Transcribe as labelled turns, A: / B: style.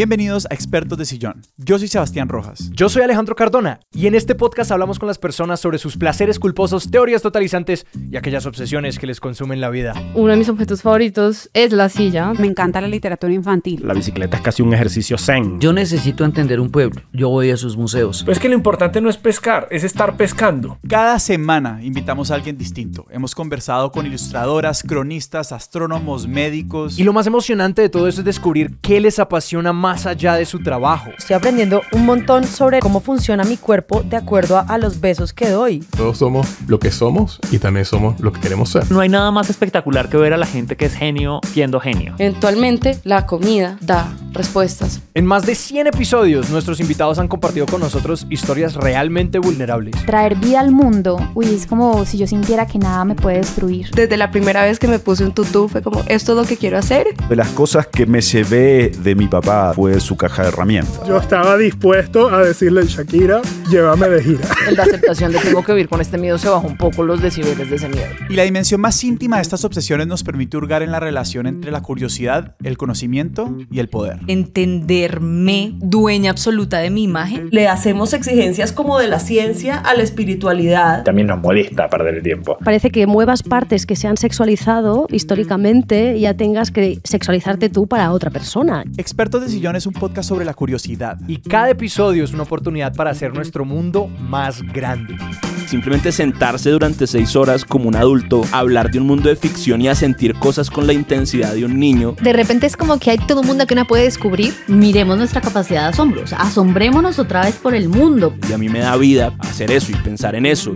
A: Bienvenidos a Expertos de Sillón. Yo soy Sebastián Rojas.
B: Yo soy Alejandro Cardona y en este podcast hablamos con las personas sobre sus placeres culposos, teorías totalizantes y aquellas obsesiones que les consumen la vida.
C: Uno de mis objetos favoritos es la silla.
D: Me encanta la literatura infantil.
E: La bicicleta es casi un ejercicio zen.
F: Yo necesito entender un pueblo. Yo voy a sus museos.
G: Pero es que lo importante no es pescar, es estar pescando.
A: Cada semana invitamos a alguien distinto. Hemos conversado con ilustradoras, cronistas, astrónomos, médicos.
B: Y lo más emocionante de todo eso es descubrir qué les apasiona más allá de su trabajo.
H: Estoy aprendiendo un montón sobre cómo funciona mi cuerpo de acuerdo a, a los besos que doy.
I: Todos somos lo que somos y también somos lo que queremos ser.
J: No hay nada más espectacular que ver a la gente que es genio siendo genio.
K: Eventualmente, la comida da respuestas.
B: En más de 100 episodios, nuestros invitados han compartido con nosotros historias realmente vulnerables.
L: Traer vida al mundo, uy, es como si yo sintiera que nada me puede destruir.
K: Desde la primera vez que me puse un tutú fue como, esto es lo que quiero hacer.
M: De las cosas que me llevé de mi papá fue su caja de herramientas.
N: Yo estaba dispuesto a decirle, Shakira, llévame de gira.
O: La aceptación de tengo que vivir con este miedo se bajó un poco los decibeles de ese miedo.
A: Y la dimensión más íntima de estas obsesiones nos permite hurgar en la relación entre la curiosidad, el conocimiento y el poder.
P: Entenderme dueña absoluta de mi imagen.
Q: Le hacemos exigencias como de la ciencia a la espiritualidad.
R: También nos molesta perder el tiempo.
S: Parece que muevas partes que se han sexualizado históricamente ya tengas que sexualizarte tú para otra persona.
A: Expertos de Sillón es un podcast sobre la curiosidad.
B: Y cada episodio es una oportunidad para hacer nuestro mundo más grande.
T: Simplemente sentarse durante seis horas como un adulto, hablar de un mundo de ficción y a sentir cosas con la intensidad de un niño.
G: De repente es como que hay todo un mundo que uno puede descubrir.
I: Miremos nuestra capacidad de asombro, asombrémonos otra vez por el mundo.
T: Y a mí me da vida hacer eso y pensar en eso.